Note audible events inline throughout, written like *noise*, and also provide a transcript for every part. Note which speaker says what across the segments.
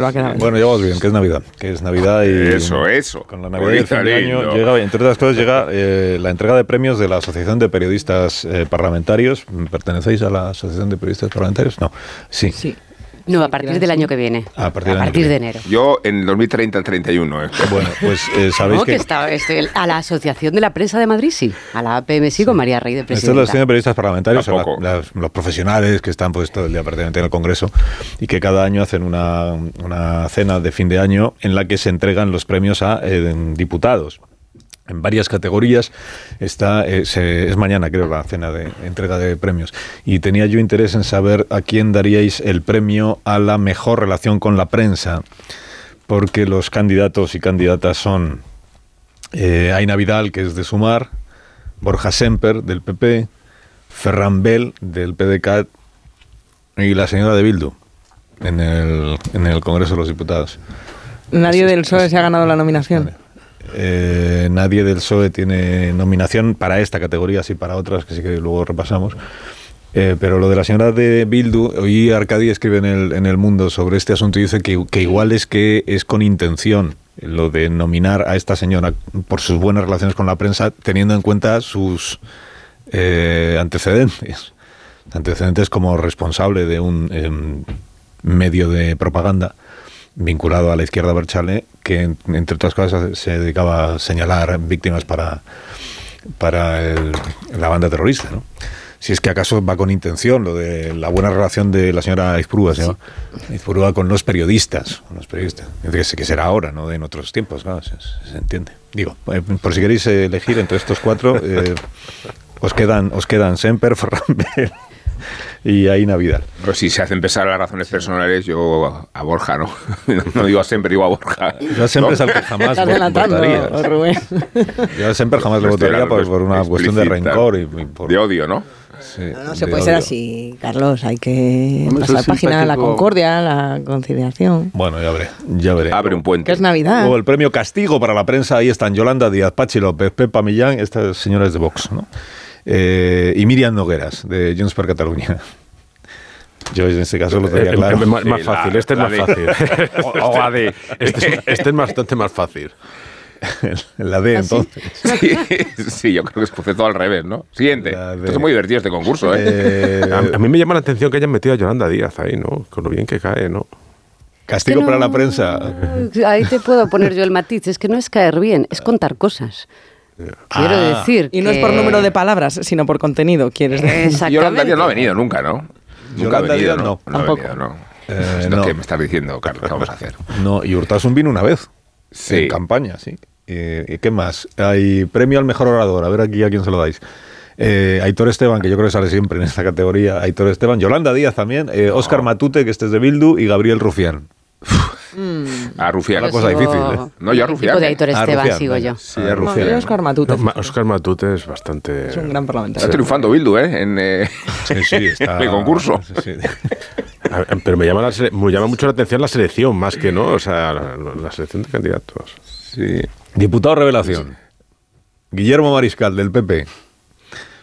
Speaker 1: Lo ha quedado bien.
Speaker 2: Bueno, llevamos bien, que es Navidad. Que es Navidad y.
Speaker 3: Eso, eso.
Speaker 2: Con la Navidad y el fin de año,
Speaker 3: Cariño.
Speaker 2: llega, entre otras cosas, llega eh, la entrega de premios de la Asociación de Periodistas eh, Parlamentarios. ¿Pertenecéis a la Asociación de Periodistas Parlamentarios? No. Sí.
Speaker 4: Sí. No, a partir del año que viene.
Speaker 2: A partir del año que
Speaker 4: de
Speaker 2: viene.
Speaker 4: enero.
Speaker 3: Yo en 2030 al 31. eh.
Speaker 2: Bueno, pues eh, sabéis
Speaker 4: No, que
Speaker 2: que.
Speaker 4: está- estoy- a la Asociación de la Prensa de Madrid, sí. A la APM, sí, con María Rey de
Speaker 2: Esto lo
Speaker 4: presidenta.
Speaker 2: tienen periodistas parlamentarios, o sea,
Speaker 3: Tampoco.
Speaker 2: la- las- los profesionales que están pues todo el día prácticamente en el Congreso y que cada año hacen una, una cena de fin de año en la que se entregan los premios a eh, diputados. En varias categorías está eh, se- es mañana creo la cena de entrega de premios y tenía yo interés en saber a quién daríais el premio a la mejor relación con la prensa porque los candidatos y candidatas son eh, Aina Vidal, que es de Sumar, Borja Semper, del PP, Ferran Bel, del PDCAT, y la señora de Bildu, en el, en el Congreso de los Diputados.
Speaker 1: Nadie
Speaker 2: Sí,
Speaker 1: del
Speaker 2: sí,
Speaker 1: PSOE
Speaker 2: sí.
Speaker 1: E se ha ganado la nominación.
Speaker 2: Eh, nadie del PSOE tiene nominación para esta categoría, sí para otras, que sí que luego repasamos. Eh, pero lo de la señora de Bildu, hoy Arcadi escribe en el, en el Mundo sobre este asunto y dice que, que igual es que es con intención lo de nominar a esta señora por sus buenas relaciones con la prensa, teniendo en cuenta sus eh, antecedentes. Antecedentes como responsable de un em, medio de propaganda vinculado a la izquierda Berchale, que en- entre otras cosas se dedicaba a señalar víctimas para, para el- la banda terrorista, ¿no? Si es que acaso va con intención lo de la buena relación de la señora Izpurúa, se llama, Izpurúa con los periodistas, con los periodistas. Es que, sé que será ahora, no de en otros tiempos, claro, se, se entiende. Digo, eh, por si queréis eh, elegir entre estos cuatro, eh, os quedan os quedan Semper, Ferran Bel y Aina Vidal.
Speaker 3: Pero si se hacen pesar las razones personales, yo a, a Borja, ¿no? *laughs* No, no digo a siempre, digo a Borja.
Speaker 2: Yo a Semper
Speaker 3: ¿No?
Speaker 2: es al que jamás
Speaker 1: Estás
Speaker 2: vo-
Speaker 1: adelantando,
Speaker 2: votaría.
Speaker 1: Rubén.
Speaker 2: *laughs* Yo a Semper jamás le
Speaker 3: Esto era
Speaker 2: votaría por,
Speaker 3: lo
Speaker 2: por una cuestión de
Speaker 3: Pues explícita,
Speaker 2: rencor y, y por...
Speaker 3: *laughs* De odio, ¿no?
Speaker 2: sí,
Speaker 1: No, no se
Speaker 2: de
Speaker 1: puede ser
Speaker 2: odio.
Speaker 1: así, Carlos. Hay que
Speaker 5: Hombre,
Speaker 1: pasar
Speaker 5: soy
Speaker 1: página a la
Speaker 5: simpático.
Speaker 1: concordia, a la conciliación.
Speaker 2: Bueno, ya veré, ya veré.
Speaker 3: Abre un puente.
Speaker 1: Que es Navidad.
Speaker 2: O el premio Castigo para la prensa, ahí están Yolanda Díaz, Pachi López, Pepa Millán, estas señoras de Vox, ¿no? Eh, y Miriam Nogueras, de Junts per Cataluña. Yo en este caso lo tenía
Speaker 5: Eh,
Speaker 2: claro.
Speaker 5: eh, más, más
Speaker 3: Sí, la-
Speaker 5: fácil, este es
Speaker 3: la
Speaker 5: más fácil.
Speaker 3: de- *laughs* O- o la de-
Speaker 5: Este es, este es bastante más fácil.
Speaker 2: La
Speaker 1: ¿Ah,
Speaker 2: D, entonces.
Speaker 3: *laughs* Sí, sí, yo creo que es todo al revés, ¿no? Siguiente.
Speaker 2: La de-
Speaker 3: Esto es muy divertido este concurso,
Speaker 2: *laughs*
Speaker 3: ¿eh? *laughs*
Speaker 2: Eh,
Speaker 5: A, a mí me llama la atención que hayan metido a Yolanda Díaz ahí, ¿no? Con lo bien que cae, ¿no?
Speaker 4: Que
Speaker 2: castigo
Speaker 4: no-
Speaker 2: para la prensa.
Speaker 4: Ahí te puedo poner yo el matiz. Es que no es caer bien, es contar cosas. Quiero
Speaker 2: Ah.
Speaker 4: decir.
Speaker 1: Y no es
Speaker 4: que-
Speaker 1: por número de palabras, sino por contenido, quieres
Speaker 2: Eh,
Speaker 1: decir.
Speaker 4: *laughs* Exactamente.
Speaker 3: Yolanda Díaz no ha venido nunca, ¿no? Nunca ha
Speaker 2: Yolanda
Speaker 3: venido,
Speaker 2: Díaz
Speaker 3: ¿no?
Speaker 2: no,
Speaker 3: No ha
Speaker 1: tampoco.
Speaker 3: venido, no.
Speaker 2: Eh,
Speaker 3: Esto
Speaker 2: no.
Speaker 3: que me estás diciendo, Carlos, ¿qué vamos a hacer?
Speaker 2: *laughs* No, y Hurtasun vino una vez.
Speaker 3: Sí.
Speaker 2: En campaña, sí. Eh, ¿y ¿Qué más? Hay premio al mejor orador. A ver aquí a quién se lo dais. Eh, Aitor Esteban, que yo creo que sale siempre en esta categoría. Aitor Esteban. Yolanda Díaz también.
Speaker 3: Oh.
Speaker 2: Oscar Matute, que este es de Bildu. Y Gabriel Rufián.
Speaker 3: A Rufián.
Speaker 2: La cosa
Speaker 4: Sigo-
Speaker 2: difícil, ¿eh.
Speaker 3: No, yo a
Speaker 4: El
Speaker 3: Rufián,
Speaker 4: equipo de
Speaker 3: ¿eh?
Speaker 4: Aitor
Speaker 2: A
Speaker 4: Esteban
Speaker 2: Rufián,
Speaker 4: sigo
Speaker 2: venga.
Speaker 4: yo.
Speaker 2: Sí,
Speaker 3: Ah,
Speaker 2: a Rufián.
Speaker 1: Bueno, Oscar Matute.
Speaker 5: No, Ma- Oscar Matute es bastante.
Speaker 1: Es un gran parlamentario.
Speaker 3: Está triunfando Bildu, ¿eh? En, eh, *laughs*
Speaker 2: Sí, sí, está-
Speaker 3: en *laughs* el concurso.
Speaker 2: Sí.
Speaker 5: A ver, Pero me llama, la sele- me llama mucho la atención la selección, más que no, o sea, la, la selección de candidatos.
Speaker 2: Diputado Revelación. Guillermo Mariscal, del PP.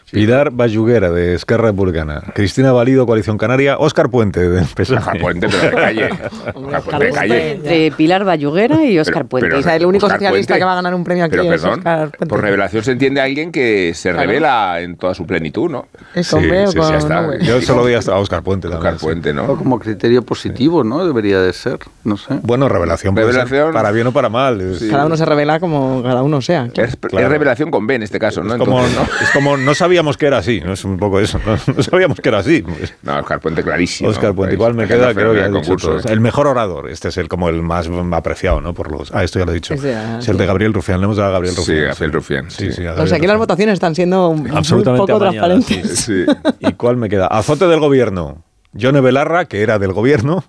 Speaker 2: Pilar Bayuguera, de Esquerra Republicana. Cristina Valido, Coalición Canaria. Oscar Puente, de PSOE.
Speaker 3: Oscar Puente, pero de calle. Oscar Puente de
Speaker 1: Oscar
Speaker 3: calle.
Speaker 4: Entre Pilar Bayuguera y Oscar
Speaker 3: Pero-
Speaker 4: Puente.
Speaker 3: pero-
Speaker 1: O sea, el único
Speaker 3: Oscar
Speaker 1: socialista
Speaker 3: Puente.
Speaker 1: que va a ganar un premio aquí
Speaker 3: Pero
Speaker 1: es
Speaker 3: perdón,
Speaker 1: Oscar Puente.
Speaker 3: por revelación se entiende alguien que se revela en toda su plenitud, ¿no?
Speaker 1: ¿Es con B o
Speaker 2: sí,
Speaker 1: con
Speaker 3: ya está.
Speaker 1: V?
Speaker 2: Yo se lo doy hasta a Oscar Puente también.
Speaker 3: Oscar
Speaker 2: sí.
Speaker 3: Puente,
Speaker 5: ¿no?
Speaker 3: ¿no?
Speaker 5: O como
Speaker 6: criterio positivo, ¿no? Debería de ser, no sé.
Speaker 2: Bueno, revelación, puede ser,
Speaker 3: Revelación.
Speaker 2: para bien o para mal. Es,
Speaker 3: Sí.
Speaker 1: Cada uno se revela como cada uno sea.
Speaker 3: Es,
Speaker 2: Claro.
Speaker 3: es revelación con B en este caso,
Speaker 2: es
Speaker 3: ¿no?
Speaker 2: como,
Speaker 3: Entonces, ¿no?
Speaker 2: es como no sabíamos que era así, ¿no? es un poco eso, no, *laughs* No sabíamos que era así.
Speaker 3: *laughs*
Speaker 2: pues.
Speaker 3: No, Oscar Puente clarísimo.
Speaker 2: Oscar Puente, igual me
Speaker 3: Es que
Speaker 2: queda,
Speaker 3: no fue
Speaker 2: creo que
Speaker 3: el
Speaker 2: ya he dicho
Speaker 3: concurso,
Speaker 2: todos.
Speaker 3: ¿eh?
Speaker 2: El mejor orador, este es el como el más apreciado, ¿no? Por los, ah, esto ya lo he dicho. Es,
Speaker 1: Ese, ah,
Speaker 2: el de
Speaker 1: sí.
Speaker 2: Gabriel Rufián, le hemos dado a Gabriel
Speaker 3: Sí,
Speaker 2: Rufián.
Speaker 3: Gabriel Rufián,
Speaker 2: Sí,
Speaker 3: sí.
Speaker 2: sí, a
Speaker 1: O sea,
Speaker 2: Gabriel
Speaker 1: Pues aquí las
Speaker 2: Rufián.
Speaker 1: votaciones están siendo muy
Speaker 2: Absolutamente
Speaker 1: poco
Speaker 2: amañadas,
Speaker 1: transparentes. *laughs*
Speaker 3: Sí.
Speaker 2: *laughs* ¿Y cuál me queda? Azote del gobierno.
Speaker 3: *laughs*
Speaker 2: Yone Belarra, que era del gobierno.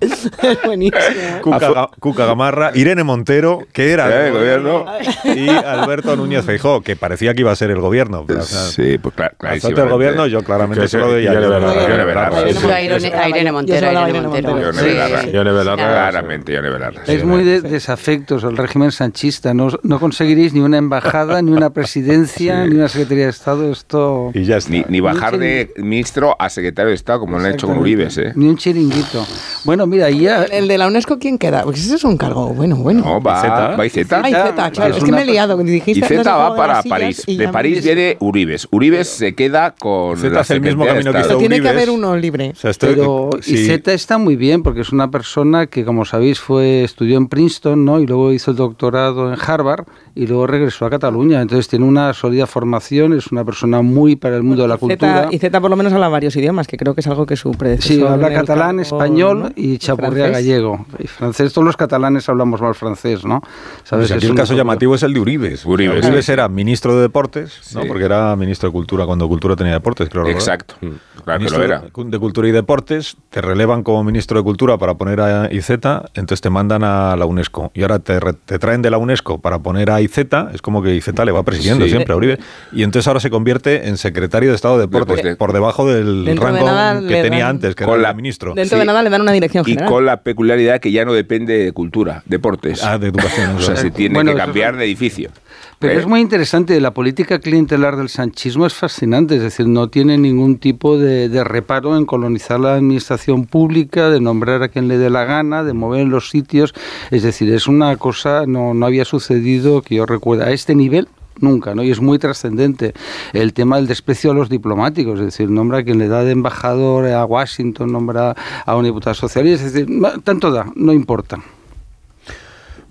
Speaker 1: Es buenísimo.
Speaker 2: Cuca, Ga- Cuca Gamarra, Irene Montero, que era
Speaker 3: Era del gobierno.
Speaker 2: y Alberto Núñez Feijó, que parecía que iba a ser el gobierno. pero, o sea,
Speaker 3: Sí, pues claro,
Speaker 2: al salto del gobierno, yo claramente
Speaker 5: Que
Speaker 2: solo
Speaker 5: se-
Speaker 2: de
Speaker 5: ya le verás,
Speaker 3: ya le verás.
Speaker 2: Sí, sí.
Speaker 4: Yo a Irene, a Irene Montero, a Irene Montero.
Speaker 1: Yo
Speaker 3: no era raro.
Speaker 4: Sí.
Speaker 5: Yo
Speaker 3: Claramente, yo Velarra.
Speaker 6: Es muy de- desafectos al régimen sanchista. No, no conseguiréis ni una embajada, ni una presidencia, ni una secretaría de Estado. Esto.
Speaker 2: Y ya está.
Speaker 3: Ni, ni bajar de ministro a secretario de Estado, como lo han hecho con Uribe, ¿eh?
Speaker 6: Ni un chiringuito. Bueno, mira, y ya.
Speaker 1: ¿El de la UNESCO quién queda? Porque ese es un cargo bueno, bueno.
Speaker 3: No, va,
Speaker 2: Zeta.
Speaker 3: va Iceta.
Speaker 1: Ah, y Z, claro.
Speaker 6: Es
Speaker 1: Es que
Speaker 6: una
Speaker 1: me he liado. Dijiste
Speaker 3: Y
Speaker 1: antes el
Speaker 3: Z
Speaker 1: juego
Speaker 3: va
Speaker 1: de
Speaker 3: para
Speaker 1: las sillas
Speaker 3: París.
Speaker 1: y
Speaker 3: De
Speaker 1: ya
Speaker 3: París
Speaker 1: me-
Speaker 3: viene Uribes. Uribes se queda con.
Speaker 2: Zeta
Speaker 3: la
Speaker 2: es el mismo
Speaker 3: Secretaría de
Speaker 2: camino que
Speaker 3: Estado.
Speaker 1: Pero
Speaker 2: hizo-
Speaker 1: tiene que
Speaker 2: Uribes.
Speaker 1: haber uno libre.
Speaker 2: O sea, estoy-
Speaker 6: Pero
Speaker 2: sí.
Speaker 6: Iceta está muy bien porque es una persona que, como sabéis, fue estudió en Princeton, ¿no? Y luego hizo el doctorado en Harvard y luego regresó a Cataluña. Entonces tiene una sólida formación, es una persona muy para el mundo de la cultura.
Speaker 1: y Z por lo menos habla varios idiomas, que creo que es algo que su predecesor...
Speaker 6: Sí, habla
Speaker 1: este en el
Speaker 6: catalán,
Speaker 1: cargo,
Speaker 6: español
Speaker 1: ¿no?
Speaker 6: y chapurrea
Speaker 1: francés.
Speaker 6: gallego. Y francés, todos los catalanes hablamos mal francés, ¿no?
Speaker 2: Pues aquí
Speaker 6: Es
Speaker 2: el
Speaker 6: un-
Speaker 2: caso llamativo es el de Uribes.
Speaker 3: Uribes,
Speaker 2: Uribes,
Speaker 3: sí.
Speaker 2: era ministro de deportes, ¿no?
Speaker 3: Sí.
Speaker 2: porque era ministro de cultura cuando cultura tenía deportes, creo. recordar.
Speaker 3: Exacto. Claro que
Speaker 2: Mm. ministro
Speaker 3: lo era.
Speaker 2: de- de Cultura y Deportes, te relevan como ministro de Cultura para poner a IZ, entonces te mandan a la UNESCO. Y ahora te, re- te traen de la UNESCO para poner a IZ, es como que IZ le va presidiendo
Speaker 3: Sí.
Speaker 2: siempre a Uribe. Y entonces ahora se convierte en secretario de Estado de Deportes,
Speaker 3: Deporte.
Speaker 2: por debajo del
Speaker 1: Dentro de
Speaker 2: rango
Speaker 1: nada
Speaker 2: que
Speaker 1: le
Speaker 2: tenía
Speaker 1: dan-
Speaker 2: antes, que
Speaker 3: Con
Speaker 2: era
Speaker 3: la-
Speaker 2: el ministro.
Speaker 1: Dentro
Speaker 3: Sí.
Speaker 1: de nada le dan una dirección
Speaker 3: Y
Speaker 1: general.
Speaker 3: con la peculiaridad que ya no depende de cultura, deportes.
Speaker 2: Ah, de educación.
Speaker 3: o
Speaker 2: es
Speaker 3: sea,
Speaker 2: verdad.
Speaker 3: se tiene
Speaker 6: Bueno,
Speaker 3: que
Speaker 6: eso
Speaker 3: cambiar
Speaker 6: es-
Speaker 3: de edificio.
Speaker 6: Pero
Speaker 3: Eh,
Speaker 6: es muy interesante, la política clientelar del sanchismo es fascinante, es decir, no tiene ningún tipo de, de reparo en colonizar la administración pública, de nombrar a quien le dé la gana, de mover en los sitios, es decir, es una cosa, no, no había sucedido que yo recuerda a este nivel. Nunca, ¿no? Y es muy trascendente el tema del desprecio a los diplomáticos, es decir, nombra a quien le da de embajador a Washington, nombra a una diputada social, y es decir, ma- tanto da, no importa.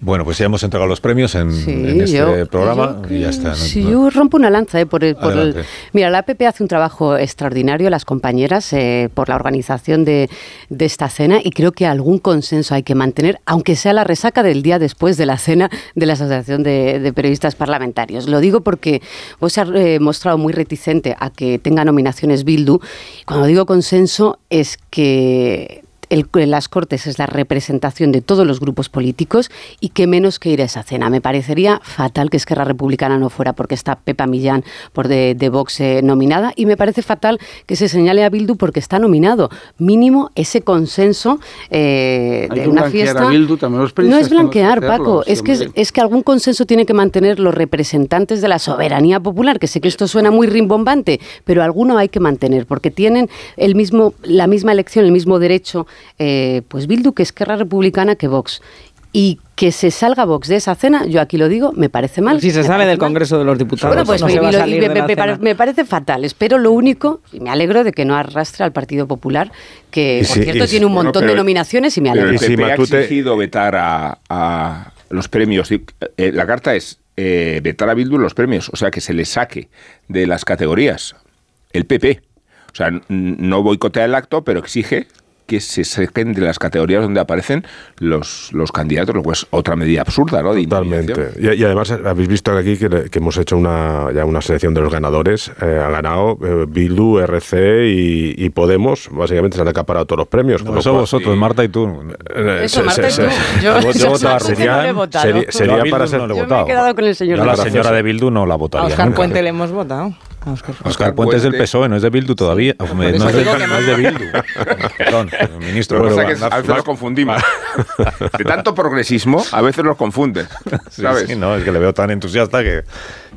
Speaker 2: Bueno, pues ya hemos entregado los premios en,
Speaker 4: Sí,
Speaker 2: en este
Speaker 4: yo-
Speaker 2: programa
Speaker 4: yo
Speaker 2: y ya está. ¿no?
Speaker 4: Sí,
Speaker 2: No-
Speaker 4: yo rompo una lanza eh, por el, por el-
Speaker 2: Adelante.
Speaker 4: Mira, la APP hace un trabajo extraordinario, las compañeras, eh, por la organización de, de esta cena y creo que algún consenso hay que mantener, aunque sea la resaca del día después de la cena de la Asociación de, de Periodistas Parlamentarios. Lo digo porque vos se ha eh, mostrado muy reticente a que tenga nominaciones Bildu. Cuando digo consenso es que el- las Cortes es la representación de todos los grupos políticos y qué menos que ir a esa cena. Me parecería fatal que Esquerra Republicana no fuera porque está Pepa Millán por de, de Vox eh, nominada y me parece fatal que se señale a Bildu porque está nominado. Mínimo ese consenso eh,
Speaker 6: Hay
Speaker 4: de
Speaker 6: que
Speaker 4: una
Speaker 6: blanquear a
Speaker 4: fiesta.
Speaker 6: Bildu, también los
Speaker 4: no
Speaker 6: periodistas
Speaker 4: es
Speaker 6: tenemos que
Speaker 4: blanquear,
Speaker 6: hacerlo,
Speaker 4: Paco.
Speaker 6: sí,
Speaker 4: es, que, es,
Speaker 6: hombre.
Speaker 4: es que algún consenso tiene que mantener los representantes de la soberanía popular, que sé que esto suena muy rimbombante, pero alguno hay que mantener, porque tienen el mismo, la misma elección, el mismo derecho, eh, pues Bildu, que Esquerra Republicana, que Vox. Y que se salga Vox de esa cena, yo aquí lo digo, me parece mal.
Speaker 1: Si se
Speaker 4: me
Speaker 1: sale
Speaker 4: parece
Speaker 1: del
Speaker 4: mal.
Speaker 1: Congreso de los Diputados,
Speaker 4: Bueno, pues
Speaker 1: no
Speaker 4: me,
Speaker 1: se va a
Speaker 4: me-
Speaker 1: salir
Speaker 4: me-
Speaker 1: de la
Speaker 4: me pare-
Speaker 1: cena.
Speaker 4: me parece fatal. Espero lo único, y me alegro de que no arrastre al Partido Popular, que
Speaker 5: Y
Speaker 4: por
Speaker 5: sí,
Speaker 4: cierto
Speaker 5: y sí.
Speaker 4: tiene un
Speaker 3: Bueno,
Speaker 4: montón de
Speaker 3: pero-
Speaker 4: nominaciones y me
Speaker 3: Pero
Speaker 4: alegro.
Speaker 3: el
Speaker 5: Y si
Speaker 3: PP ha
Speaker 5: Matute-
Speaker 3: exigido vetar a, a los premios. Y, eh, la carta es eh, vetar a Bildu en los premios, o sea, que se le saque de las categorías el PP. O sea, n- no boicotea el acto, pero exige que se saquen de las categorías donde aparecen los, los candidatos, lo cual es otra medida absurda, ¿no? De
Speaker 5: Totalmente.
Speaker 3: indignación.
Speaker 5: Y, y además habéis visto aquí que, le- que hemos hecho una, ya una selección de los ganadores. Eh, ha ganado eh, Bildu, RC y, y Podemos. Básicamente se han acaparado todos los premios. con
Speaker 2: No,
Speaker 5: lo
Speaker 2: eso
Speaker 5: cual-
Speaker 2: vosotros, Marta y tú.
Speaker 5: Eh,
Speaker 4: Eso,
Speaker 5: se-
Speaker 4: Marta,
Speaker 5: se-
Speaker 4: tú.
Speaker 5: se-
Speaker 4: Yo-
Speaker 5: voto-
Speaker 4: yo
Speaker 5: voto a
Speaker 4: soy la que no le he
Speaker 5: Rufián.
Speaker 4: votado.
Speaker 5: Sería-
Speaker 2: Yo a
Speaker 5: Sería
Speaker 2: Bildu
Speaker 5: para
Speaker 2: no
Speaker 5: ser...
Speaker 2: le he
Speaker 4: Yo me
Speaker 2: votado.
Speaker 4: he quedado con el señor
Speaker 2: Yo a la
Speaker 4: López.
Speaker 2: señora de Bildu no la votaría.
Speaker 1: A Oscar
Speaker 2: nunca.
Speaker 1: Puente le hemos votado. A Oscar Puente.
Speaker 2: Oscar Puente es del PSOE, no es de Bildu todavía. No es
Speaker 1: eso
Speaker 3: Pues
Speaker 2: de,
Speaker 1: digo que
Speaker 2: no es de Bildu.
Speaker 3: *laughs*
Speaker 2: Perdón, ministro.
Speaker 3: Lo que
Speaker 2: Bueno,
Speaker 3: pasa
Speaker 2: va,
Speaker 3: es que
Speaker 2: va,
Speaker 3: a veces los confundimos. De tanto progresismo, a veces los confunden.
Speaker 2: *laughs* *laughs* sí,
Speaker 3: ¿Sabes?
Speaker 2: sí, no, es que le veo tan entusiasta que,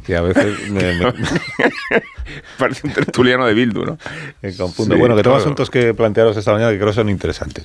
Speaker 2: que a veces me, me-
Speaker 3: *laughs* Parece un tertuliano de Bildu, ¿no?
Speaker 2: me confundo.
Speaker 3: Sí,
Speaker 2: bueno, que tengo
Speaker 3: claro.
Speaker 2: asuntos que plantearos esta mañana que creo son interesantes.